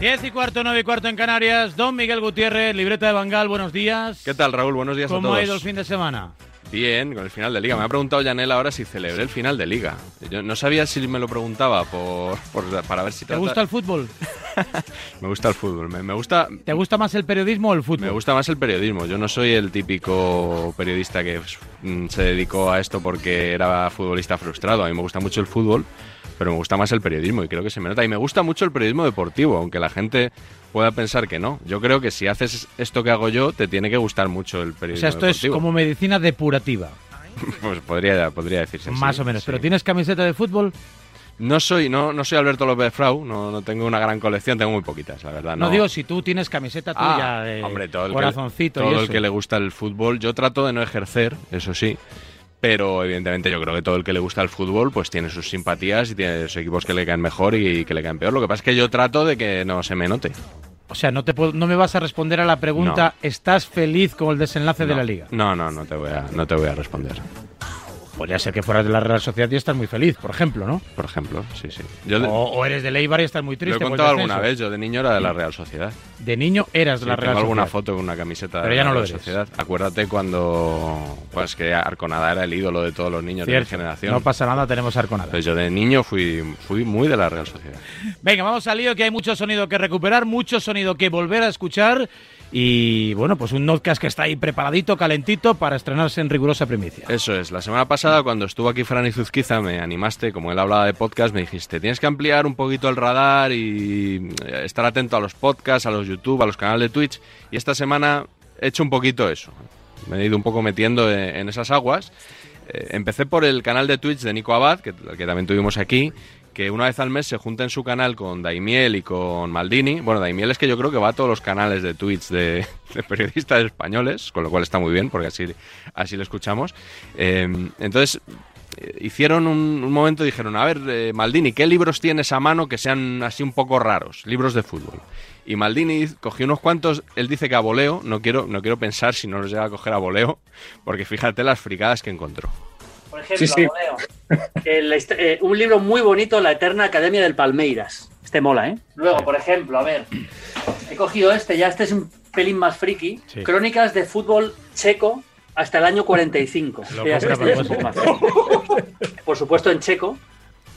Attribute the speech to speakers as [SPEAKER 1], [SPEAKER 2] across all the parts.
[SPEAKER 1] 10 y cuarto, 9 y cuarto en Canarias. Don Miguel Gutiérrez, libreta de Bangal, buenos días.
[SPEAKER 2] ¿Qué tal, Raúl? Buenos días a todos.
[SPEAKER 1] ¿Cómo ha ido el fin de semana?
[SPEAKER 2] Bien, con el final de liga. Me ha preguntado Yanel ahora si celebré el final de liga. Yo no sabía si me lo preguntaba por, por- para ver si
[SPEAKER 1] ¿Te gusta el fútbol?
[SPEAKER 2] Me gusta el fútbol. Me, me gusta
[SPEAKER 1] ¿Te gusta más el periodismo o el fútbol?
[SPEAKER 2] me gusta más el periodismo. Yo no soy el típico periodista que mm, se dedicó a esto porque era futbolista frustrado. A mí me gusta mucho el fútbol, pero me gusta más el periodismo y creo que se me nota. Y me gusta mucho el periodismo deportivo, aunque la gente pueda pensar que no. Yo creo que si haces esto que hago yo, te tiene que gustar mucho el
[SPEAKER 1] o
[SPEAKER 2] periodismo
[SPEAKER 1] sea, esto es
[SPEAKER 2] deportivo.
[SPEAKER 1] como medicina depurativa,
[SPEAKER 2] Pues podría, podría decirse. así,
[SPEAKER 1] más o menos.
[SPEAKER 2] sí.
[SPEAKER 1] ¿Pero tienes camiseta de fútbol?
[SPEAKER 2] No soy, no, no soy Alberto López Frau, no, no tengo una gran colección, tengo muy poquitas, la verdad.
[SPEAKER 1] No,
[SPEAKER 2] Ah, No,
[SPEAKER 1] digo si tú tienes camiseta
[SPEAKER 2] Ah,
[SPEAKER 1] tuya de
[SPEAKER 2] hombre, todo el que-
[SPEAKER 1] corazoncito
[SPEAKER 2] todo
[SPEAKER 1] y
[SPEAKER 2] el
[SPEAKER 1] eso.
[SPEAKER 2] que le gusta el fútbol, yo trato de no ejercer, eso sí. Pero evidentemente yo creo que todo el que le gusta el fútbol pues tiene sus simpatías y tiene sus equipos que le caen mejor y que le caen peor. Lo que pasa es que yo trato de que no se me note.
[SPEAKER 1] O sea, no, te puedo- no me vas a responder a la pregunta, ¿estás feliz con el desenlace de
[SPEAKER 2] No.
[SPEAKER 1] la liga?
[SPEAKER 2] No, no, no te voy a, no te voy a responder.
[SPEAKER 1] Podría ser que fueras de la Real Sociedad y estás muy feliz, por ejemplo, ¿no?
[SPEAKER 2] Por ejemplo, sí, sí. Yo de-
[SPEAKER 1] O, o eres de Leibar y estás muy
[SPEAKER 2] lo
[SPEAKER 1] Oh,
[SPEAKER 2] he
[SPEAKER 1] triste. por el
[SPEAKER 2] contado alguna
[SPEAKER 1] descenso.
[SPEAKER 2] vez, yo de niño era de la Real Sociedad.
[SPEAKER 1] De niño eras de
[SPEAKER 2] Sí,
[SPEAKER 1] la
[SPEAKER 2] tengo
[SPEAKER 1] Real
[SPEAKER 2] alguna
[SPEAKER 1] Sociedad.
[SPEAKER 2] foto con una camiseta
[SPEAKER 1] Pero
[SPEAKER 2] de
[SPEAKER 1] ya
[SPEAKER 2] la
[SPEAKER 1] no lo
[SPEAKER 2] Real
[SPEAKER 1] eres.
[SPEAKER 2] Sociedad. Acuérdate cuando pues que Arconada era el ídolo de todos los niños de mi
[SPEAKER 1] Cierto,
[SPEAKER 2] generación.
[SPEAKER 1] No pasa nada, tenemos Arconada.
[SPEAKER 2] Pues yo de niño fui, fui muy de la Real Sociedad.
[SPEAKER 1] Venga, vamos al lío, que hay mucho sonido que recuperar, mucho sonido que volver a escuchar. Y bueno, pues un podcast que está ahí preparadito, calentito, para estrenarse en rigurosa primicia.
[SPEAKER 3] Eh,
[SPEAKER 2] Eso es, la semana pasada cuando estuvo aquí Fran Izuzquiza me animaste, como él hablaba de podcast, me dijiste, tienes que ampliar un poquito el radar y eh, estar atento a los podcasts, a los YouTube, a los canales de Twitch. Y esta semana he hecho un poquito eso. Me he ido un poco metiendo eh, en esas aguas. Eh, empecé por el canal de Twitch de Nico Abad, que, que también tuvimos aquí, que una vez al mes se junta en su canal con Daimiel y con Maldini. Bueno, Daimiel es que yo creo que va a todos los canales de Twitch de, de periodistas españoles, con lo cual está muy bien, porque así, así lo escuchamos. Eh, entonces, eh, hicieron un, un momento, dijeron, a ver, eh, Maldini, ¿qué libros tienes a mano que sean así un poco raros? Libros de fútbol. Y Maldini cogió unos cuantos, él dice que a voleo, no quiero, no quiero pensar si no los llega a coger a voleo, porque fíjate las fricadas que encontró.
[SPEAKER 3] Por ejemplo,
[SPEAKER 4] Sí, sí.
[SPEAKER 3] Amadeo. El est- eh, un libro muy bonito, La Eterna Academia del Palmeiras. Este mola, ¿eh? Luego, por ejemplo, a ver, he cogido este, ya este es un pelín más friki.
[SPEAKER 1] Sí.
[SPEAKER 3] Crónicas de fútbol checo hasta el año 45.
[SPEAKER 1] Lo
[SPEAKER 3] Ya este-
[SPEAKER 1] compra
[SPEAKER 3] este ya es
[SPEAKER 1] por
[SPEAKER 3] un poco más friki. Por supuesto en checo,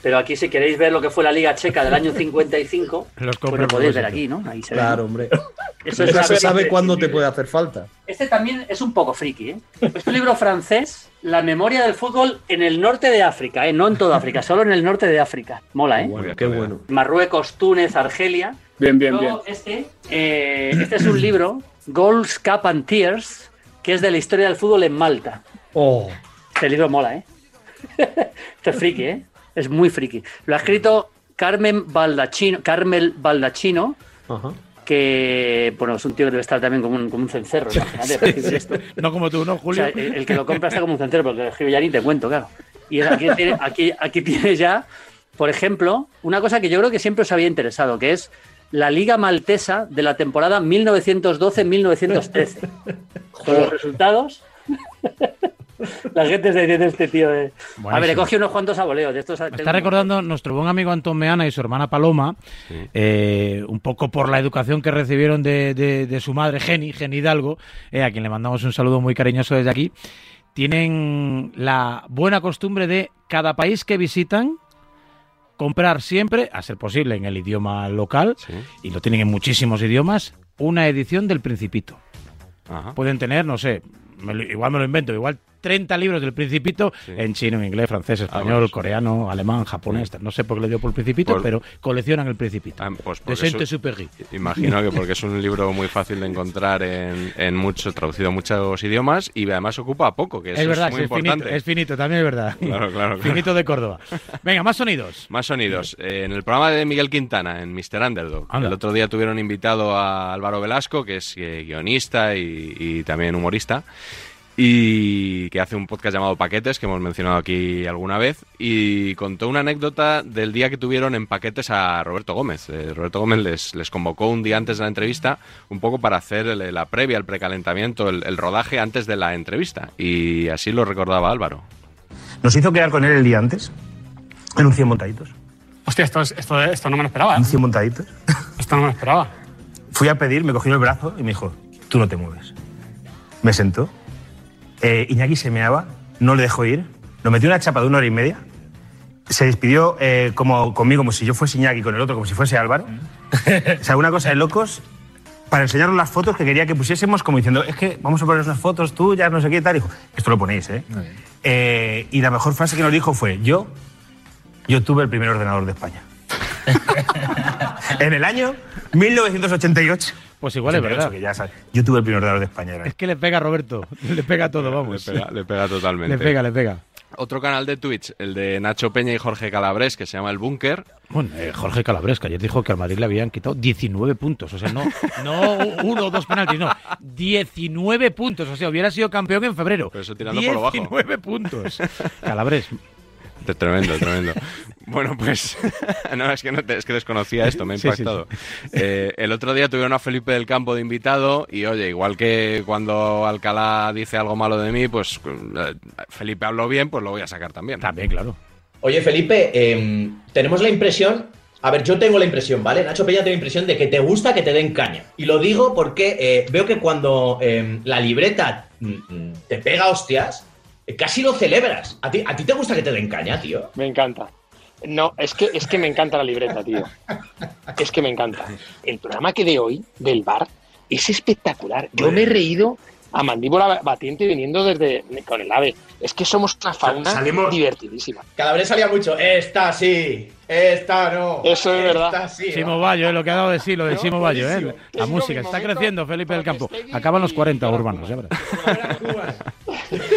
[SPEAKER 3] pero aquí si queréis ver lo que fue la Liga Checa del año 55,
[SPEAKER 1] Los compro
[SPEAKER 3] pues lo
[SPEAKER 1] por
[SPEAKER 3] podéis ver
[SPEAKER 1] vosotros.
[SPEAKER 3] aquí, ¿no? Ahí se ve, ¿no?
[SPEAKER 4] Claro, hombre.
[SPEAKER 3] Eso es
[SPEAKER 4] Nunca se
[SPEAKER 3] una-
[SPEAKER 4] sabe cuándo te puede hacer falta.
[SPEAKER 3] Este también es un poco friki, ¿eh? Es un libro francés, La memoria del fútbol en el norte de África, ¿eh? No en toda África, solo en el norte de África. Mola, ¿eh?
[SPEAKER 4] Bueno, qué bueno.
[SPEAKER 3] Marruecos, Túnez, Argelia.
[SPEAKER 5] Bien, bien, bien.
[SPEAKER 3] Luego, este, eh, este es un libro, Goals, Cup and Tears, que es de la historia del fútbol en Malta.
[SPEAKER 4] Oh,
[SPEAKER 3] Este libro mola, ¿eh? este es friki, ¿eh? Es muy friki. Lo ha escrito Carmen Baldacchino, Carmel Baldacchino,
[SPEAKER 4] ajá.
[SPEAKER 3] que, bueno, es un tío que debe estar también como un, como un cencerro, imagínate, para escribir esto.
[SPEAKER 1] No como tú, ¿no,
[SPEAKER 3] O
[SPEAKER 1] Julio?
[SPEAKER 3] sea, eh, el, el que lo compra está como un centero, porque lo escribo ya ni te cuento, claro. Y es- aquí tiene, aquí, aquí tiene ya, por ejemplo, una cosa que yo creo que siempre os había interesado, que es la Liga Maltesa de la temporada 1912-1913. Con los resultados. La gente está diciendo este tío de... A ver, he
[SPEAKER 1] Buenísimo.
[SPEAKER 3] cogido unos cuantos aboleos de estos.
[SPEAKER 1] Me está recordando nuestro buen amigo Antón Meana y su hermana Paloma,
[SPEAKER 2] Sí.
[SPEAKER 1] eh, un poco por la educación que recibieron de, de- de su madre, Geni, Geni Hidalgo, eh, a quien le mandamos un saludo muy cariñoso desde aquí. Tienen la buena costumbre de cada país que visitan comprar siempre, a ser posible en el idioma local,
[SPEAKER 2] Sí.
[SPEAKER 1] y lo tienen en muchísimos idiomas, una edición del Principito.
[SPEAKER 2] Ajá.
[SPEAKER 1] Pueden tener, no sé, me lo- igual me lo invento, igual 30 libros del Principito
[SPEAKER 2] Sí. Ah,
[SPEAKER 1] en chino, en inglés, francés, español,
[SPEAKER 2] bueno, sí.
[SPEAKER 1] coreano, alemán, japonés. No sé por qué le dio por el Principito,
[SPEAKER 2] Por-
[SPEAKER 1] pero coleccionan el Principito.
[SPEAKER 2] Ah, pues porque
[SPEAKER 1] de
[SPEAKER 2] es un-
[SPEAKER 1] Saint-Exupéry.
[SPEAKER 2] Imagino que porque es un libro muy fácil de encontrar en, en mucho, traducido a muchos idiomas y además ocupa poco, que eso
[SPEAKER 1] Es verdad,
[SPEAKER 2] es
[SPEAKER 1] sí,
[SPEAKER 2] muy
[SPEAKER 1] es, finito,
[SPEAKER 2] importante.
[SPEAKER 1] es finito, también es verdad.
[SPEAKER 2] Claro, claro, claro.
[SPEAKER 1] Finito de Córdoba. Venga, más sonidos.
[SPEAKER 2] Más sonidos. Eh, en el programa de Miguel Quintana, en Mr. Underdog.
[SPEAKER 1] Anda.
[SPEAKER 2] El otro día tuvieron invitado a Álvaro Velasco, que es eh, guionista y, y también humorista, y que hace un podcast llamado Paquetes, que hemos mencionado aquí alguna vez, y contó una anécdota del día que tuvieron en Paquetes a Roberto Gómez. Eh, Roberto Gómez les, les convocó un día antes de la entrevista, un poco para hacer el- la previa, el precalentamiento, el- el rodaje antes de la entrevista, y así lo recordaba Álvaro.
[SPEAKER 6] Nos hizo quedar con él el día antes, en un 100 montaditos.
[SPEAKER 7] Hostia, esto, es- esto, esto no me lo esperaba. ¿eh?
[SPEAKER 6] ¿Un 100 montaditos?
[SPEAKER 5] Esta no me la esperaba.
[SPEAKER 6] Fui a pedir, me cogió el brazo y me dijo, tú no te mueves. Me sentó. Eh, Iñaki se meaba, no le dejó ir. Lo metió una chapa de una hora y media. Se despidió eh, como, conmigo como si yo fuese Iñaki, con el otro como si fuese Álvaro. o sea, una cosa de locos para enseñaros las fotos que quería que pusiésemos, como diciendo, es que vamos a poner unas fotos tuyas, no sé qué y tal. Y dijo, esto lo ponéis, ¿eh? Eh, Y la mejor frase que nos dijo fue, yo, yo tuve el primer ordenador de España. en el año 1988.
[SPEAKER 1] Pues igual es
[SPEAKER 6] 88,
[SPEAKER 1] verdad.
[SPEAKER 6] que ya sabes, yo tuve el primer ordenador de España. era.
[SPEAKER 1] Es que le pega a Roberto, le pega todo,
[SPEAKER 2] Le
[SPEAKER 1] vamos.
[SPEAKER 2] pega, le pega totalmente.
[SPEAKER 1] Pues Le pega, le pega.
[SPEAKER 2] Otro canal de Twitch, el de Nacho Peña y Jorge Calabres, que se llama El Búnker.
[SPEAKER 1] Bueno, eh, Jorge Calabresca ayer dijo que al Madrid le habían quitado 19 puntos. O sea, no, no uno o dos penaltis, no. 19 puntos. O sea, hubiera sido campeón en febrero.
[SPEAKER 2] Pero eso tirando por lo bajo.
[SPEAKER 1] 19 puntos. Calabres.
[SPEAKER 2] Te- Tremendo, tremendo. Bueno, pues. no, es que, no te- es que desconocía esto, me ha
[SPEAKER 1] Sí, sí, sí.
[SPEAKER 2] impactado. Eh, el otro día tuvieron a Felipe del Campo de invitado, y oye, igual que cuando Alcalá dice algo malo de mí, pues eh, Felipe habló bien, pues lo voy a sacar también.
[SPEAKER 1] También, claro.
[SPEAKER 7] Oye, Felipe, eh, tenemos la impresión. A ver, yo tengo la impresión, ¿vale? Nacho Peña tiene la impresión de que te gusta que te den caña. Y lo digo porque eh, veo que cuando eh, la libreta mm, mm, te pega hostias, eh, casi lo celebras. ¿A ti, ¿A ti te gusta que te den caña, tío?
[SPEAKER 5] Me encanta. No, es que, es que me encanta la libreta, tío. Es que me encanta. El programa que de hoy, del bar, es espectacular. Yo me he reído a mandíbula batiente viniendo desde con el ave. Es que somos una fauna
[SPEAKER 7] Salimos-
[SPEAKER 5] divertidísima.
[SPEAKER 7] Calabres salía mucho. Esta sí, esta no.
[SPEAKER 5] Eso es verdad.
[SPEAKER 7] Esta sí.
[SPEAKER 1] Simo Bayo, eh, lo que ha dado de sí, lo de
[SPEAKER 5] No,
[SPEAKER 1] Simo Bayo, eh.
[SPEAKER 7] buenísimo.
[SPEAKER 1] La
[SPEAKER 5] Es lo
[SPEAKER 1] música
[SPEAKER 5] mismo
[SPEAKER 1] está
[SPEAKER 5] momento
[SPEAKER 1] creciendo, Felipe del Campo.
[SPEAKER 5] Protestegui
[SPEAKER 1] Acaban los
[SPEAKER 5] y
[SPEAKER 1] 40
[SPEAKER 5] Llorente.
[SPEAKER 1] urbanos, ya verás.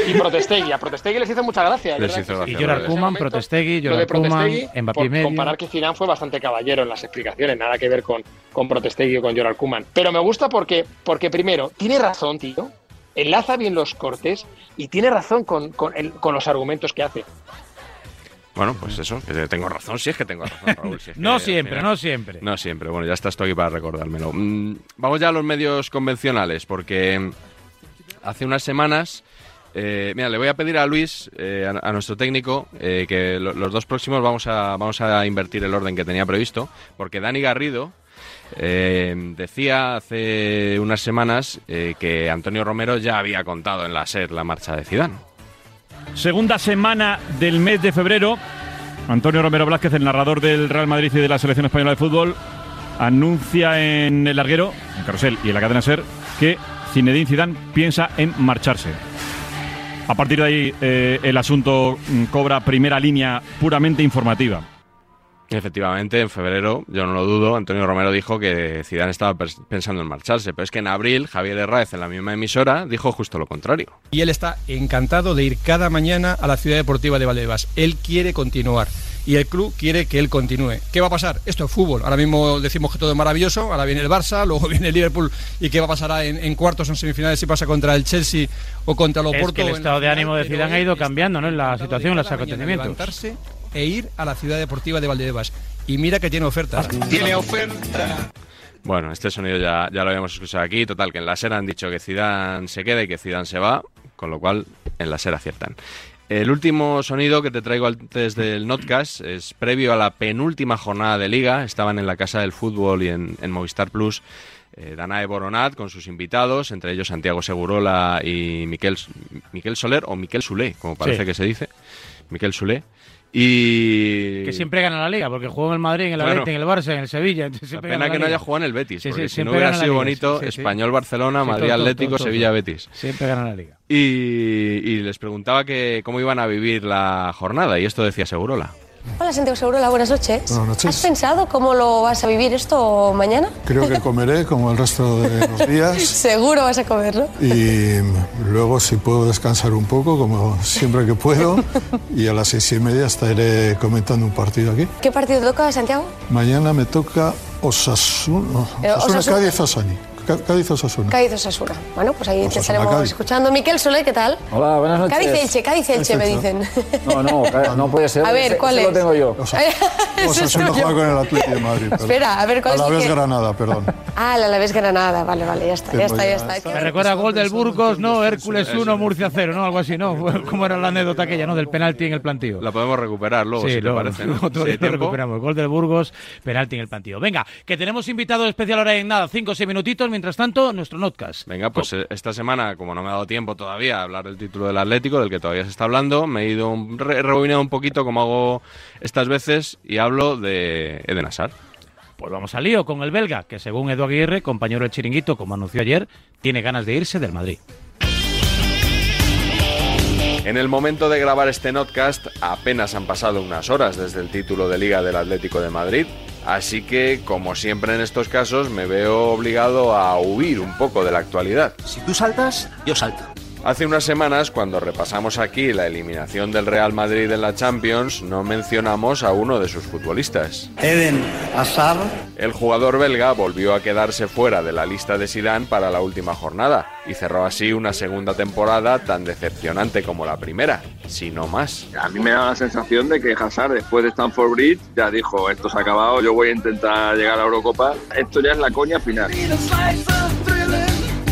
[SPEAKER 5] Y Protestegui, a Protestegui les hizo mucha gracia. es
[SPEAKER 2] Les
[SPEAKER 5] verdad
[SPEAKER 2] hizo
[SPEAKER 5] que
[SPEAKER 2] gracia,
[SPEAKER 1] Y
[SPEAKER 5] sí.
[SPEAKER 1] Jordan
[SPEAKER 2] Llorar Llorente.
[SPEAKER 1] Kuman,
[SPEAKER 5] Ese momento,
[SPEAKER 1] Protestegui,
[SPEAKER 5] Lo de
[SPEAKER 1] Jordan Kuman,
[SPEAKER 5] Protestegui,
[SPEAKER 1] Mbappé y
[SPEAKER 5] por
[SPEAKER 1] medio.
[SPEAKER 5] comparar que Zidane fue bastante caballero en las explicaciones, nada que ver con, con Protestegui o con Jordan Kuman. Pero me gusta porque, porque primero, tiene razón, tío, enlaza bien los cortes y tiene razón con, con el- con los argumentos que hace.
[SPEAKER 2] Bueno, pues eso, que tengo razón, si es que tengo razón, Raúl. si es que
[SPEAKER 1] No
[SPEAKER 2] al
[SPEAKER 1] siempre,
[SPEAKER 2] final-
[SPEAKER 1] no siempre.
[SPEAKER 2] No siempre, bueno, ya estás tú aquí para recordármelo. Mm, vamos ya a los medios convencionales, porque mm, hace unas semanas. eh, mira, le voy a pedir a Luis, eh, a, a nuestro técnico, eh, que lo- los dos próximos vamos a, vamos a invertir el orden que tenía previsto, porque Dani Garrido eh, decía hace unas semanas eh, que Antonio Romero ya había contado en la SED la marcha de Zidane.
[SPEAKER 8] Segunda semana del mes de febrero, Antonio Romero Blázquez, el narrador del Real Madrid y de la Selección Española de Fútbol, anuncia en El Larguero, en Carrusel y en la cadena SER, que Zinedine Zidane piensa en marcharse. A partir de ahí, eh, el asunto mm, cobra primera línea puramente informativa.
[SPEAKER 2] Efectivamente, en febrero, yo no lo dudo, Antonio Romero dijo que Zidane estaba pers- pensando en marcharse, pero es que en abril Javier Herráez en la misma emisora dijo justo lo contrario.
[SPEAKER 9] Y él está encantado de ir cada mañana a la ciudad deportiva de Valdebebas. Él quiere continuar y el club quiere que él continúe. ¿Qué va a pasar? Esto es fútbol. Ahora mismo decimos que todo es maravilloso. Ahora viene el Barça, luego viene el Liverpool. ¿Y qué va a pasar en, en cuartos o en semifinales si pasa contra el Chelsea o contra el Oporto?
[SPEAKER 1] Es que el
[SPEAKER 9] o en la
[SPEAKER 1] estado de
[SPEAKER 9] final?
[SPEAKER 1] ánimo de
[SPEAKER 9] Pero
[SPEAKER 1] Zidane ha
[SPEAKER 9] él
[SPEAKER 1] ido
[SPEAKER 9] está
[SPEAKER 1] cambiando, ¿no? En la
[SPEAKER 9] encantado de
[SPEAKER 1] situación, los
[SPEAKER 9] cada mañana
[SPEAKER 1] acontecimientos.
[SPEAKER 9] levantarse e ir a la ciudad deportiva de Valdebebas. Y mira que tiene ofertas.
[SPEAKER 2] Bueno, este sonido ya, ya lo habíamos escuchado aquí, total, que en la SER han dicho que Zidane se queda y que Zidane se va, con lo cual en la SER aciertan. El último sonido que te traigo antes del Notcast es previo a la penúltima jornada de liga, estaban en la Casa del Fútbol y en, en Movistar Plus. eh, Danae Boronat con sus invitados, entre ellos Santiago Segurola y Miquel, Miquel Soler, o Miquel Sulé, como parece
[SPEAKER 1] Sí.
[SPEAKER 2] que se dice. Miquel Sulé. Y.
[SPEAKER 1] Que siempre gana la liga, porque jugó en el Madrid, en el
[SPEAKER 2] Claro.
[SPEAKER 1] Atleti, en el Barça, en el Sevilla. entonces
[SPEAKER 2] La
[SPEAKER 1] siempre
[SPEAKER 2] pena
[SPEAKER 1] gana la
[SPEAKER 2] que no
[SPEAKER 1] liga.
[SPEAKER 2] haya jugado en el Betis,
[SPEAKER 1] Sí, sí,
[SPEAKER 2] porque si no
[SPEAKER 1] siempre
[SPEAKER 2] hubiera
[SPEAKER 1] gana la
[SPEAKER 2] sido
[SPEAKER 1] liga,
[SPEAKER 2] bonito
[SPEAKER 1] sí, sí, sí.
[SPEAKER 2] Español Barcelona,
[SPEAKER 1] Sí,
[SPEAKER 2] Madrid
[SPEAKER 1] todo, todo,
[SPEAKER 2] Atlético,
[SPEAKER 1] todo, todo,
[SPEAKER 2] Sevilla
[SPEAKER 1] todo.
[SPEAKER 2] Betis.
[SPEAKER 1] Siempre gana la liga.
[SPEAKER 2] Y, y les preguntaba que cómo iban a vivir la jornada y esto decía Segurola.
[SPEAKER 10] Hola Santiago Segurola, buenas noches.
[SPEAKER 11] Buenas noches.
[SPEAKER 10] ¿Has pensado cómo lo vas a vivir esto mañana?
[SPEAKER 11] Creo que comeré como el resto de los días
[SPEAKER 10] Seguro vas a comerlo.
[SPEAKER 11] y luego si puedo descansar un poco, como siempre que puedo, y a las seis y media estaré comentando un partido aquí.
[SPEAKER 10] ¿Qué partido toca, Santiago?
[SPEAKER 11] Mañana me toca Osasuna, no,
[SPEAKER 10] Eh,
[SPEAKER 11] Osasuna
[SPEAKER 10] Osasuna.
[SPEAKER 11] Cádiz Osasuni.
[SPEAKER 12] Cá- Cádiz Osasuna.
[SPEAKER 10] Cádiz Osasuna. Bueno, pues ahí
[SPEAKER 12] Osasuna,
[SPEAKER 10] te estaremos
[SPEAKER 12] Cádiz.
[SPEAKER 10] escuchando. Miquel Soler, ¿qué tal?
[SPEAKER 13] Hola, buenas noches.
[SPEAKER 10] Cádiz Elche, Cádiz Elche me
[SPEAKER 13] Perfecto.
[SPEAKER 10] dicen.
[SPEAKER 13] No, no, ca- no puede ser.
[SPEAKER 10] A ver,
[SPEAKER 13] ese-
[SPEAKER 10] ¿cuál
[SPEAKER 13] ese
[SPEAKER 10] es?
[SPEAKER 13] lo tengo yo.
[SPEAKER 10] Eso es
[SPEAKER 12] Osasuna
[SPEAKER 10] tuyo.
[SPEAKER 12] juega con el Atlético de Madrid. perdón.
[SPEAKER 10] Espera, a ver cuál
[SPEAKER 12] A la
[SPEAKER 10] es
[SPEAKER 12] vez
[SPEAKER 10] Miquel?
[SPEAKER 12] Granada, perdón.
[SPEAKER 10] Ah, la Alavés Granada. Vale, vale, ya
[SPEAKER 14] Este,
[SPEAKER 10] está, ya está, ya está.
[SPEAKER 1] Me recuerda gol del Burgos, ¿no? Hércules 1, Murcia 0, ¿no? Algo así, ¿no? Como era la anécdota aquella, ¿no? Del penalti en el plantío.
[SPEAKER 2] La podemos recuperar luego,
[SPEAKER 1] Sí,
[SPEAKER 2] si
[SPEAKER 1] luego,
[SPEAKER 2] te parece. ¿no?
[SPEAKER 1] luego
[SPEAKER 2] Si hay
[SPEAKER 1] todavía lo
[SPEAKER 2] tiempo.
[SPEAKER 1] recuperamos. Gol del Burgos, penalti en el plantío. Venga, que tenemos invitado especial ahora en nada, 5 o 6 minutitos. Mientras tanto, nuestro notcast.
[SPEAKER 2] Venga, pues eh, esta semana, como no me ha dado tiempo todavía a hablar del título del Atlético, del que todavía se está hablando, me he ido un- re- he rebobinado un poquito como hago estas veces y hablo de Eden Hazard.
[SPEAKER 1] Pues vamos al lío con el belga, que según Edu Aguirre, compañero del chiringuito, como anunció ayer, tiene ganas de irse del Madrid.
[SPEAKER 2] En el momento de grabar este podcast apenas han pasado unas horas desde el título de liga del Atlético de Madrid, así que como siempre en estos casos me veo obligado a huir un poco de la actualidad. Si tú saltas, yo salto. Hace unas semanas, cuando repasamos aquí la eliminación del Real Madrid en la Champions, no mencionamos a uno de sus futbolistas.
[SPEAKER 15] Eden Hazard.
[SPEAKER 2] El jugador belga volvió a quedarse fuera de la lista de Sidán para la última jornada y cerró así una segunda temporada tan decepcionante como la primera, si no más.
[SPEAKER 16] A mí me da la sensación de que Hazard, después de Stanford Bridge, ya dijo, esto se ha acabado, yo voy a intentar llegar a la Eurocopa. Esto ya es la coña final.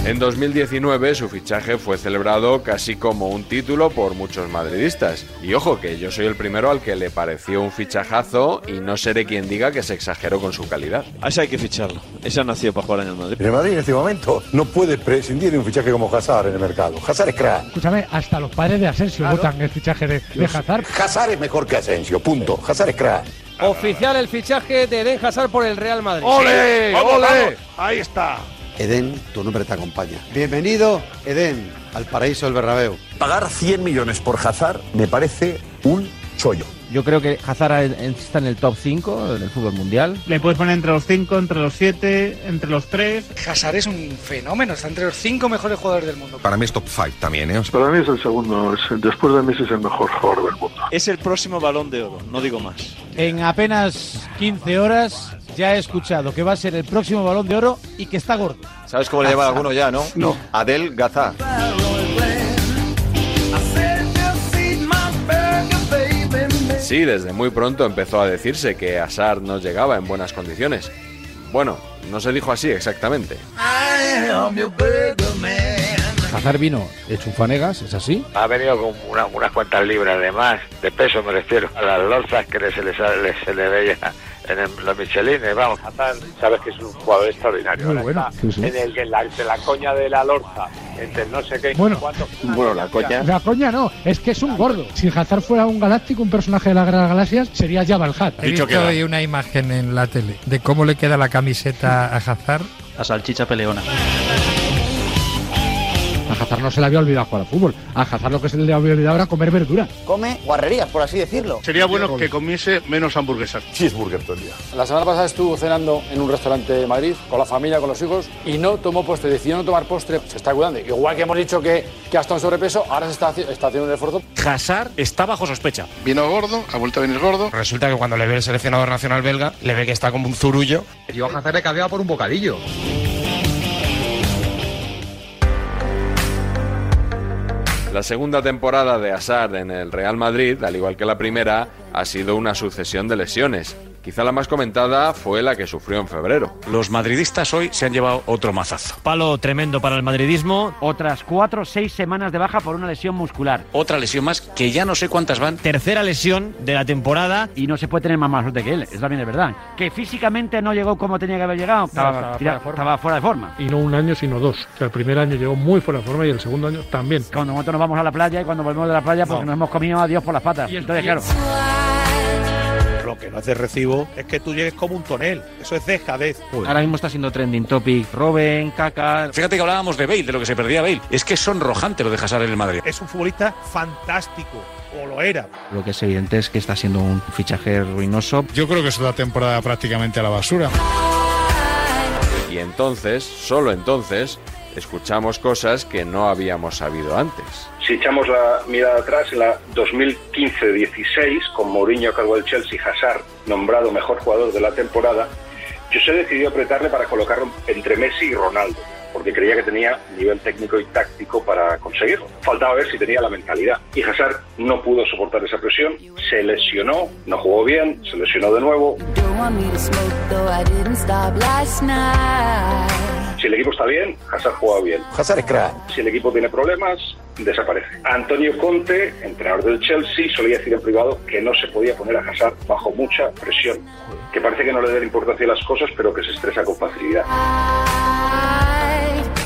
[SPEAKER 2] En 2019 su fichaje fue celebrado casi como un título por muchos madridistas. Y ojo que yo soy el primero al que le pareció un fichajazo y no seré quien diga que se exageró con su calidad.
[SPEAKER 17] A ese hay que ficharlo. Ese ha nacido para jugar en el Madrid.
[SPEAKER 18] El Madrid en este momento no puede prescindir de un fichaje como Hazard en el mercado. Hazard es crack.
[SPEAKER 5] Escúchame, hasta los padres de Asensio votan el fichaje de, de Hazard.
[SPEAKER 18] Hazard es mejor que Asensio, punto. Hazard es crack.
[SPEAKER 6] Oficial el fichaje de Eden Hazard por el Real Madrid.
[SPEAKER 18] ¡Ole!
[SPEAKER 6] Vamos,
[SPEAKER 18] ¡Ole!
[SPEAKER 6] vamos. Ahí está.
[SPEAKER 18] Edén, tu nombre te acompaña. Bienvenido, Edén, al paraíso del Bernabéu. Pagar 100 millones por Hazard me parece un chollo.
[SPEAKER 9] Yo creo que Hazard está en el top 5 del fútbol mundial.
[SPEAKER 19] Le puedes poner entre los 5, entre los 7, entre los 3.
[SPEAKER 6] Hazard es un fenómeno, está entre los cinco mejores jugadores del mundo.
[SPEAKER 20] Para mí es top 5 también, ¿eh?
[SPEAKER 21] Para mí es el segundo, es- después de Messi es el mejor jugador del mundo.
[SPEAKER 17] Es el próximo balón de oro, no digo más.
[SPEAKER 9] En apenas 15 horas ya he escuchado que va a ser el próximo balón de oro y que está gordo.
[SPEAKER 17] ¿Sabes cómo le llaman alguno ya, no?
[SPEAKER 9] No.
[SPEAKER 17] Adel Gazá.
[SPEAKER 2] Sí, desde muy pronto empezó a decirse que Hazard no llegaba en buenas condiciones. Bueno, no se dijo así exactamente.
[SPEAKER 9] Hazard vino hecho un fanegas, es así.
[SPEAKER 22] Ha venido con una- unas cuantas libras de más, de peso me refiero, a las lorzas que le- se le, sale- se le veía en el- los michelines, vamos. Hazard, sabes que es un jugador extraordinario. ¿eh?
[SPEAKER 5] Muy
[SPEAKER 22] Ahora
[SPEAKER 5] bueno,
[SPEAKER 22] está
[SPEAKER 5] sí, sí.
[SPEAKER 22] En el que la, entre la coña de la lorza, entre el no sé qué, y
[SPEAKER 5] Bueno.
[SPEAKER 22] cuánto-
[SPEAKER 5] La coña no, es que es un gordo. Si Hazard fuera un galáctico, un personaje de las Guerra de las Galaxias, sería ya Valhalla.
[SPEAKER 23] He visto hoy una imagen en la tele de cómo le queda la camiseta a Hazard.
[SPEAKER 24] A salchicha peleona.
[SPEAKER 5] A Hazard no se le había olvidado jugar al fútbol. A Hazard lo que se le había olvidado era comer verduras.
[SPEAKER 11] Come guarrerías, por así decirlo.
[SPEAKER 5] Sería bueno que
[SPEAKER 11] comiese menos hamburguesas.
[SPEAKER 18] Cheeseburger todo el día.
[SPEAKER 25] La semana pasada estuvo cenando en un restaurante de Madrid con la familia, con los hijos y no tomó postre, decidió no tomar postre, se está cuidando. Igual que hemos dicho que, que ha estado en sobrepeso, ahora se está, haci- está haciendo un esfuerzo.
[SPEAKER 26] Hazard está bajo sospecha.
[SPEAKER 25] Vino gordo, ha vuelto a venir gordo.
[SPEAKER 6] Resulta que cuando le ve el seleccionador nacional belga, le ve que está como un zurullo.
[SPEAKER 27] Yo a Hazard le cambiaba por un bocadillo.
[SPEAKER 2] La segunda temporada de Hazard en el Real Madrid, al igual que la primera, ha sido una sucesión de lesiones. Quizá la más comentada fue la que sufrió en febrero.
[SPEAKER 26] Los madridistas hoy se han llevado otro mazazo.
[SPEAKER 28] Palo tremendo para el madridismo. Otras cuatro o seis semanas de baja por una lesión muscular.
[SPEAKER 26] Otra lesión más que ya no sé cuántas van.
[SPEAKER 28] Tercera lesión de la temporada. Y no se puede tener más más suerte que él, es también es verdad. Que físicamente no llegó como tenía que haber llegado. Estaba,
[SPEAKER 5] estaba
[SPEAKER 28] tira-
[SPEAKER 5] fuera de forma.
[SPEAKER 28] estaba fuera de forma.
[SPEAKER 5] Y no un año, sino dos. O sea, el primer año llegó muy fuera de forma y el segundo año también.
[SPEAKER 28] Cuando nosotros nos vamos a la playa y cuando volvemos de la playa porque nos hemos comido a Dios por las patas. Entonces, claro.
[SPEAKER 6] Lo que no es de recibo es que tú llegues como un tonel. Eso es dejadez.
[SPEAKER 28] Pues Ahora mismo está siendo trending topic. Robin, Caca.
[SPEAKER 26] Fíjate que hablábamos de Bale, de lo que se perdía Bale. Es que es sonrojante lo de Hazard en el Madrid.
[SPEAKER 6] Es un futbolista fantástico, o lo era.
[SPEAKER 28] Lo que es evidente es que está siendo un fichaje ruinoso.
[SPEAKER 14] Yo creo que es una temporada prácticamente a la basura.
[SPEAKER 2] Y entonces, solo entonces, escuchamos cosas que no habíamos sabido antes.
[SPEAKER 14] Si echamos la mirada atrás, en la 2015-16, con Mourinho a cargo del Chelsea, Hazard nombrado mejor jugador de la temporada, Yo se decidió apretarle para colocarlo entre Messi y Ronaldo, porque creía que tenía nivel técnico y táctico para conseguirlo. Faltaba ver si tenía la mentalidad. Y Hazard no pudo soportar esa presión, se lesionó, no jugó bien, se lesionó de nuevo.
[SPEAKER 29] Don't want me to smoke, though I didn't stop last night.
[SPEAKER 14] Si el equipo está bien, Hazard juega bien. Hazard es crack. Si el equipo tiene problemas, desaparece. Antonio Conte, entrenador del Chelsea, solía decir en privado que no se podía poner a Hazard bajo mucha presión. Que parece que no le da importancia a las cosas, pero que se estresa con facilidad.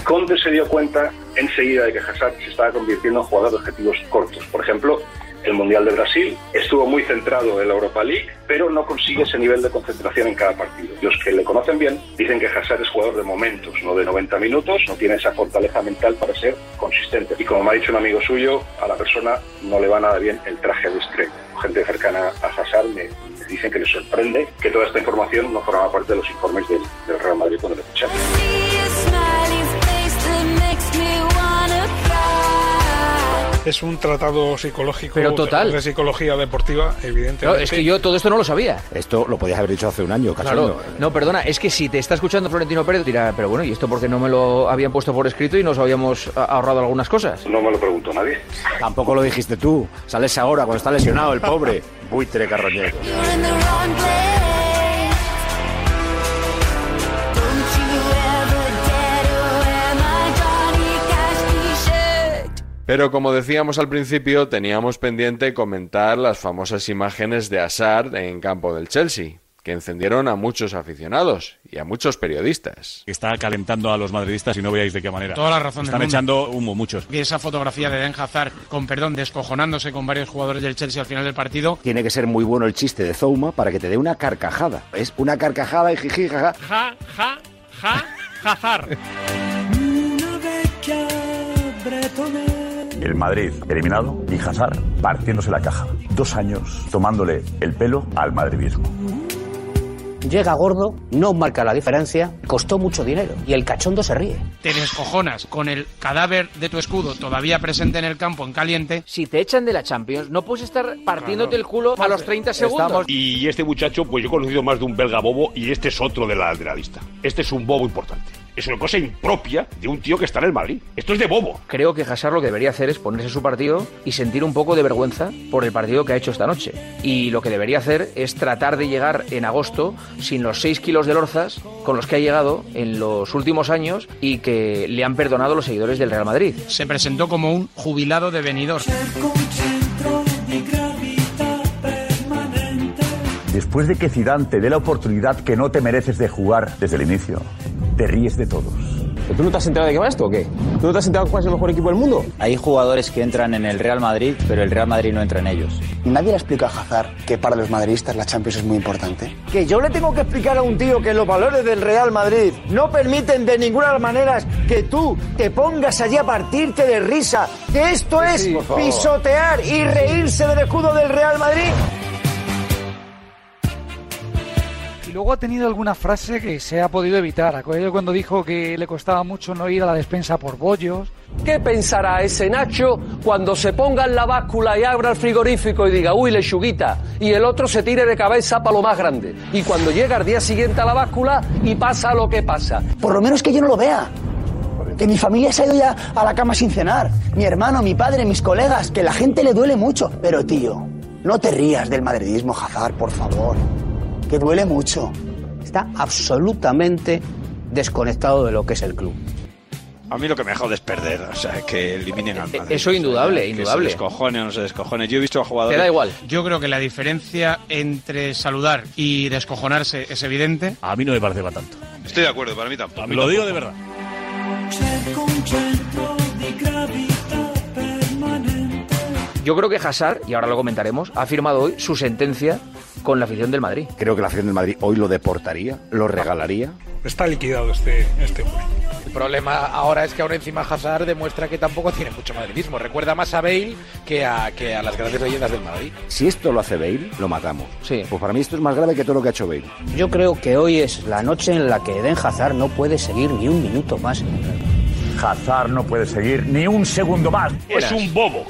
[SPEAKER 14] Conte se dio cuenta enseguida de que Hazard se estaba convirtiendo en jugador de objetivos cortos. Por ejemplo, el Mundial de Brasil estuvo muy centrado en la Europa League, pero no consigue ese nivel de concentración en cada partido. Los que le conocen bien dicen que Hazard es jugador de momentos, no de 90 minutos, no tiene esa fortaleza mental para ser consistente. Y como me ha dicho un amigo suyo, a la persona no le va nada bien el traje de estrella. Gente cercana a Hazard me, me dicen que le sorprende que toda esta información no formaba parte de los informes del, del Real Madrid cuando lo ficharon.
[SPEAKER 29] Smiling face that makes me wanna cry.
[SPEAKER 30] Es un tratado psicológico
[SPEAKER 28] Pero total.
[SPEAKER 30] de psicología deportiva, evidentemente.
[SPEAKER 28] Claro, es que yo todo esto no lo sabía.
[SPEAKER 5] Esto lo podías haber dicho hace un año, casi.
[SPEAKER 28] Claro, no, perdona, es que si te está escuchando Florentino Pérez, dirá, pero bueno, ¿y esto porque no me lo habían puesto por escrito y nos habíamos a- ahorrado algunas cosas?
[SPEAKER 14] No me lo preguntó nadie.
[SPEAKER 5] Tampoco lo dijiste tú. Sales ahora cuando está lesionado el pobre. Buitre carroñero.
[SPEAKER 29] Don't you ever get away, my Johnny Cash t-shirt.
[SPEAKER 2] Pero como decíamos al principio, teníamos pendiente comentar las famosas imágenes de Hazard en campo del Chelsea, que encendieron a muchos aficionados y a muchos periodistas.
[SPEAKER 31] Está calentando a los madridistas y no veáis de qué manera.
[SPEAKER 32] Toda la razón del
[SPEAKER 31] Están
[SPEAKER 32] mundo.
[SPEAKER 31] echando humo muchos.
[SPEAKER 32] Y esa fotografía de Eden Hazard, con perdón, descojonándose con varios jugadores del Chelsea al final del partido.
[SPEAKER 5] Tiene que ser muy bueno el chiste de Zouma para que te dé una carcajada. Es una carcajada y jiji, jaja.
[SPEAKER 32] Ja, ja, ja, Hazard.
[SPEAKER 9] El Madrid eliminado y Hazard partiéndose la caja. Dos años tomándole el pelo al madridismo.
[SPEAKER 33] Llega gordo, no marca la diferencia, costó mucho dinero y el cachondo se ríe.
[SPEAKER 32] Te descojonas con el cadáver de tu escudo todavía presente en el campo, en caliente.
[SPEAKER 28] Si te echan de la Champions, no puedes estar partiéndote el culo a los 30 segundos.
[SPEAKER 8] Y este muchacho, pues yo he conocido más de un belga bobo y este es otro de la, de la lista. Este es un bobo importante. Es una cosa impropia de un tío que está en el Madrid. Esto es de bobo.
[SPEAKER 28] Creo que Hazard lo que debería hacer es ponerse su partido y sentir un poco de vergüenza por el partido que ha hecho esta noche. Y lo que debería hacer es tratar de llegar en agosto sin los 6 kilos de lorzas con los que ha llegado en los últimos años y que le han perdonado los seguidores del Real Madrid.
[SPEAKER 32] Se presentó como un jubilado de venidor.
[SPEAKER 9] Después de que Zidane te dé la oportunidad que no te mereces de jugar desde el inicio, te ríes de todos.
[SPEAKER 34] ¿Tú no te has enterado de qué va esto o qué? ¿Tú no te has enterado cuál es el mejor equipo del mundo? Hay jugadores que entran en el Real Madrid, pero el Real Madrid no entra en ellos.
[SPEAKER 35] Nadie le explica a Hazard que para los madridistas la Champions es muy importante.
[SPEAKER 1] Que yo le tengo que explicar a un tío que los valores del Real Madrid no permiten de ninguna de las maneras que tú te pongas allí a partirte de risa. Que esto es
[SPEAKER 8] por favor.
[SPEAKER 1] pisotear y reírse del escudo del Real Madrid.
[SPEAKER 34] Y luego ha tenido alguna frase que se ha podido evitar. Acuérdate cuando dijo que le costaba mucho no ir a la despensa por bollos.
[SPEAKER 35] ¿Qué pensará ese Nacho cuando se ponga en la báscula y abra el frigorífico y diga, uy, lechuguita? Y el otro se tire de cabeza para lo más grande. Y cuando llega al día siguiente a la báscula y pasa lo que pasa.
[SPEAKER 1] Por lo menos que yo no lo vea. Que mi familia se ha ido ya a la cama sin cenar. Mi hermano, mi padre, mis colegas. Que la gente le duele mucho. Pero tío, no te rías del madridismo, Hazard, por favor. Que duele mucho.
[SPEAKER 33] Está absolutamente desconectado de lo que es el club.
[SPEAKER 36] A mí lo que me jode es perder, o sea, que eliminen al Madrid.
[SPEAKER 28] Eh, eso indudable,
[SPEAKER 36] Que
[SPEAKER 28] indudable.
[SPEAKER 36] se descojone o no se descojone. Yo he visto a jugadores...
[SPEAKER 32] Yo creo que la diferencia entre saludar y descojonarse es evidente.
[SPEAKER 31] A mí no me parece para tanto.
[SPEAKER 36] Estoy de acuerdo, para mí tampoco.
[SPEAKER 31] Lo digo de verdad.
[SPEAKER 28] Yo creo que Hazard, y ahora lo comentaremos, ha firmado hoy su sentencia con la afición del Madrid.
[SPEAKER 5] Creo que la afición del Madrid hoy lo deportaría, lo regalaría.
[SPEAKER 30] Está liquidado este, este hombre.
[SPEAKER 1] El problema ahora es que ahora encima Hazard demuestra que tampoco tiene mucho madridismo. Recuerda más a Bale que a, que a las grandes leyendas del Madrid.
[SPEAKER 5] Si esto lo hace Bale, lo matamos. Sí. Pues para mí esto es más grave que todo lo que ha hecho Bale.
[SPEAKER 33] Yo creo que hoy es la noche en la que Eden Hazard no puede seguir ni un minuto más.
[SPEAKER 9] Hazard no puede seguir ni un segundo más.
[SPEAKER 8] Es un bobo.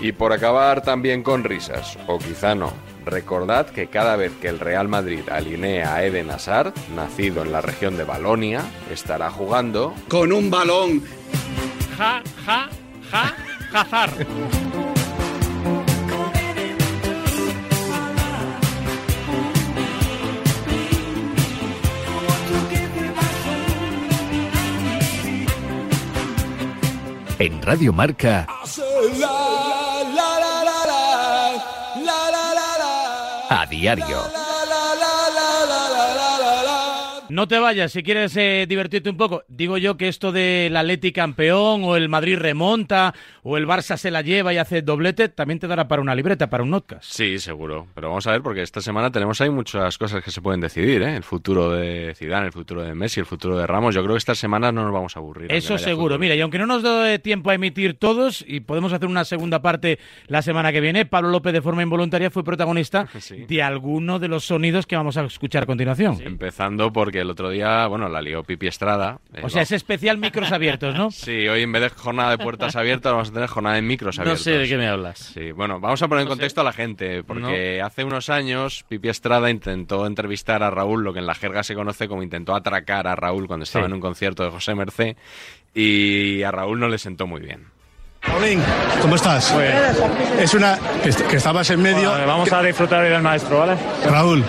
[SPEAKER 2] Y por acabar también con risas, o quizá no. Recordad que cada vez que el Real Madrid alinea a Eden Hazard, nacido en la región de Balonia, estará jugando con un balón.
[SPEAKER 5] Ja, ja, ja, jazar.
[SPEAKER 9] En Radio Marca, a diario.
[SPEAKER 1] No te vayas, si quieres eh, divertirte un poco. Digo yo que esto del Atleti campeón o el Madrid remonta o el Barça se la lleva y hace doblete, también te dará para una libreta, para un notcast.
[SPEAKER 2] Sí, seguro. Pero vamos a ver, porque esta semana tenemos ahí muchas cosas que se pueden decidir, ¿eh? El futuro de Zidane, el futuro de Messi, el futuro de Ramos. Yo creo que esta semana no nos vamos a ¿eh? aburrir.
[SPEAKER 1] Eso
[SPEAKER 2] aunque no haya
[SPEAKER 1] seguro. Mira, y aunque no nos dé tiempo a emitir todos, y podemos hacer una segunda parte la semana que viene, Pablo López de forma involuntaria fue protagonista de alguno de los sonidos que vamos a escuchar a continuación.
[SPEAKER 2] Empezando porque el otro día, bueno, la lió Pipi Estrada. Eh,
[SPEAKER 1] O sea, es especial micros abiertos, ¿no?
[SPEAKER 2] Sí, hoy en vez de jornada de puertas abiertas vamos a tener jornada de micros
[SPEAKER 1] No
[SPEAKER 2] abiertos.
[SPEAKER 1] sé de qué me
[SPEAKER 2] hablas. Sí, bueno, vamos a poner en
[SPEAKER 1] No sé.
[SPEAKER 2] contexto a la gente, porque hace unos años Pipi Estrada intentó entrevistar a Raúl, lo que en la jerga se conoce como intentó atracar a Raúl cuando estaba
[SPEAKER 11] Sí.
[SPEAKER 2] en un concierto de José Mercé, y a Raúl no le sentó muy bien.
[SPEAKER 11] Paulín, ¿cómo estás?
[SPEAKER 35] Pues,
[SPEAKER 11] Es una. que, est- que estabas en medio. vamos a disfrutar del maestro, ¿vale? Raúl.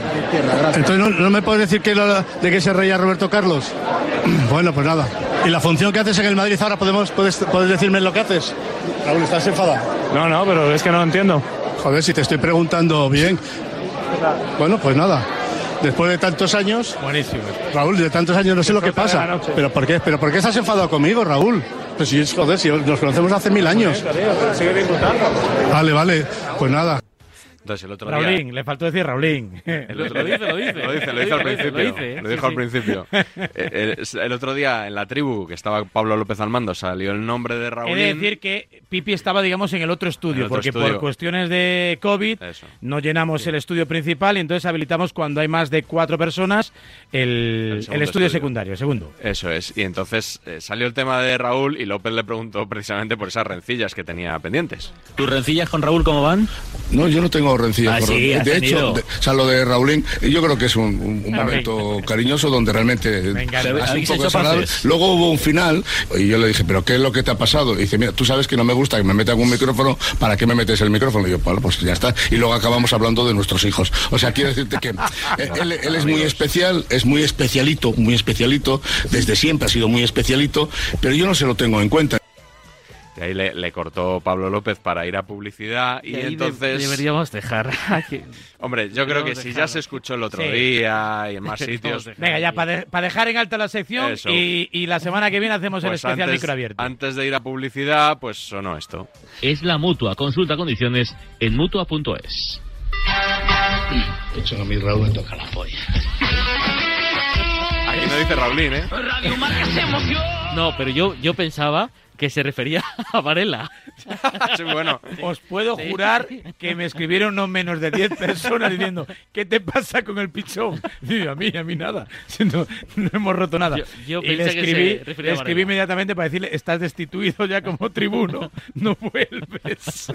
[SPEAKER 11] Entonces, ¿no, no me puedes decir que lo- de qué se reía Roberto Carlos? Bueno, pues nada. ¿Y la función que haces en el Madrid ahora podemos, puedes, puedes decirme lo que haces? Raúl, ¿estás enfadado? No, no, pero es que no lo entiendo. Joder, si te estoy preguntando bien. Bueno, pues nada. Después de tantos años.
[SPEAKER 1] Buenísimo.
[SPEAKER 11] Raúl, de tantos años no sé lo que
[SPEAKER 1] Disfruta de la
[SPEAKER 11] pasa.
[SPEAKER 1] noche.
[SPEAKER 11] ¿Pero por qué? ¿Pero por qué estás enfadado conmigo, Raúl? Pues si es- joder, si nos conocemos hace
[SPEAKER 1] Pues
[SPEAKER 11] mil años.
[SPEAKER 1] Sigue disfrutando.
[SPEAKER 11] Vale, vale. Pues nada.
[SPEAKER 2] Entonces el otro día...
[SPEAKER 1] Raulín, le faltó decir Raulín.
[SPEAKER 2] El otro día- Lo dice, lo dice al principio. Lo,
[SPEAKER 1] ¿eh?
[SPEAKER 2] dijo al principio. Eh, El, el otro día en la tribu, que estaba Pablo López al mando, salió el nombre de Raúl.
[SPEAKER 1] He de decir que Pipi estaba, digamos, en el otro estudio,
[SPEAKER 2] En el otro
[SPEAKER 1] porque por
[SPEAKER 2] estudio.
[SPEAKER 1] cuestiones de COVID no llenamos el estudio principal y entonces habilitamos cuando hay más de cuatro personas el, el
[SPEAKER 2] segundo
[SPEAKER 1] estudio,
[SPEAKER 2] estudio.
[SPEAKER 1] secundario, el segundo.
[SPEAKER 2] Eso es. Y entonces eh, salió el tema de Raúl y López le preguntó precisamente por esas rencillas que tenía pendientes.
[SPEAKER 37] ¿Tus rencillas con Raúl cómo van? No, yo no tengo rencillas
[SPEAKER 2] Ah,
[SPEAKER 37] con
[SPEAKER 2] sí,
[SPEAKER 37] Raúl.
[SPEAKER 2] has
[SPEAKER 37] De hecho,
[SPEAKER 2] tenido.
[SPEAKER 37] de- o sea, lo de Raúlín, yo creo que es un, un- un
[SPEAKER 11] Ah,
[SPEAKER 37] momento cariñoso donde realmente
[SPEAKER 11] Me encanta.
[SPEAKER 37] ha sido un
[SPEAKER 11] ¿Habéis
[SPEAKER 37] poco
[SPEAKER 11] hecho
[SPEAKER 37] desagradable.
[SPEAKER 11] paces?
[SPEAKER 37] Luego hubo un final y yo le dije, ¿pero qué es lo que te ha pasado? Y dice, mira, tú sabes que no me gusta que me metan un micrófono, ¿para qué me metes el micrófono? Y yo, bueno, pues ya está. Y luego acabamos hablando de nuestros hijos. O sea, quiero decirte que eh, él, él es muy especial, es muy especialito, muy especialito, desde siempre ha sido muy especialito, pero yo no se lo tengo en cuenta.
[SPEAKER 2] Y ahí le, le cortó Pablo López para ir a publicidad y,
[SPEAKER 37] ahí de-
[SPEAKER 2] entonces...
[SPEAKER 37] deberíamos dejar aquí.
[SPEAKER 2] Hombre, yo creo que
[SPEAKER 37] Deberíamos
[SPEAKER 2] si ya
[SPEAKER 37] dejarlo.
[SPEAKER 2] se escuchó el otro
[SPEAKER 37] Sí.
[SPEAKER 2] día y en más
[SPEAKER 37] Deberíamos
[SPEAKER 2] sitios...
[SPEAKER 1] Venga, ya, para dejar en alta la sección
[SPEAKER 2] Eso.
[SPEAKER 1] y, y la semana que viene hacemos el
[SPEAKER 2] pues
[SPEAKER 1] especial
[SPEAKER 2] antes,
[SPEAKER 1] micro abierto.
[SPEAKER 2] antes de ir a publicidad, pues sonó esto.
[SPEAKER 38] Es la mutua. Consulta condiciones en mutua.es.
[SPEAKER 37] Eso a mi Raúl me toca la polla.
[SPEAKER 2] Aquí no dice Raulín, ¿eh?
[SPEAKER 28] No, pero yo, yo pensaba que se refería a Varela. Ah,
[SPEAKER 2] bueno.
[SPEAKER 1] Os puedo jurar que me escribieron no menos de 10 personas diciendo, ¿qué te pasa con el pichón? Digo, a mí, a mí nada. No, no hemos roto nada.
[SPEAKER 28] Yo- yo
[SPEAKER 1] y le
[SPEAKER 28] pensé que se
[SPEAKER 1] escribí,
[SPEAKER 28] refería
[SPEAKER 1] le
[SPEAKER 28] a
[SPEAKER 1] escribí
[SPEAKER 28] Varela.
[SPEAKER 1] inmediatamente para decirle, estás destituido ya como tribuno, no vuelves.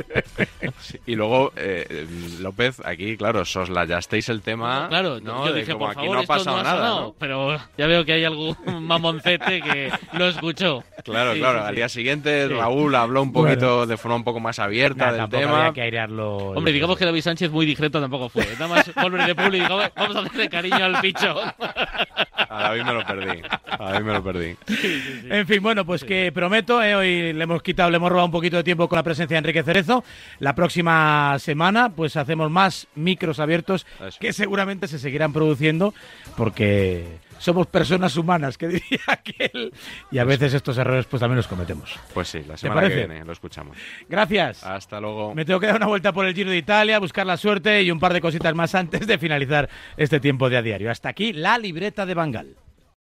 [SPEAKER 2] Y luego, eh, López, aquí, claro, soslayasteis el tema.
[SPEAKER 28] Claro,
[SPEAKER 2] ¿no?
[SPEAKER 28] yo
[SPEAKER 2] De
[SPEAKER 28] dije,
[SPEAKER 2] como
[SPEAKER 28] por
[SPEAKER 2] aquí
[SPEAKER 28] favor,
[SPEAKER 2] no ha
[SPEAKER 28] esto
[SPEAKER 2] pasado
[SPEAKER 28] no ha
[SPEAKER 2] nada.
[SPEAKER 28] sonado,
[SPEAKER 2] ¿no?
[SPEAKER 28] Pero ya veo que hay algún mamoncete que lo escuchó.
[SPEAKER 2] Claro,
[SPEAKER 28] Sí,
[SPEAKER 2] claro.
[SPEAKER 28] sí,
[SPEAKER 2] Al
[SPEAKER 28] sí.
[SPEAKER 2] día siguiente
[SPEAKER 28] Sí.
[SPEAKER 2] Raúl habló un
[SPEAKER 28] Bueno.
[SPEAKER 2] poquito de forma un poco más abierta
[SPEAKER 28] Nah,
[SPEAKER 2] del
[SPEAKER 28] tampoco
[SPEAKER 2] tema.
[SPEAKER 28] había que Hombre, digamos que David Sánchez muy discreto tampoco fue. Nada más volver de público y digo, vamos a hacerle cariño al pichón.
[SPEAKER 2] A David me lo perdí. A David me lo perdí.
[SPEAKER 1] En fin, bueno, pues que prometo, eh, hoy le hemos quitado, le hemos robado un poquito de tiempo con la presencia de Enrique Cerezo. La próxima semana, pues hacemos más micros abiertos que seguramente se seguirán produciendo porque somos personas humanas, que diría aquel. Y a veces estos errores, pues también los cometemos.
[SPEAKER 2] Pues sí, la
[SPEAKER 1] ¿Te
[SPEAKER 2] semana que
[SPEAKER 1] parece?
[SPEAKER 2] viene lo escuchamos.
[SPEAKER 1] Gracias.
[SPEAKER 2] Hasta luego.
[SPEAKER 1] Me tengo que dar una vuelta por el Giro de Italia, buscar la suerte y un par de cositas más antes de finalizar este tiempo de a diario. Hasta aquí la libreta de Bangal.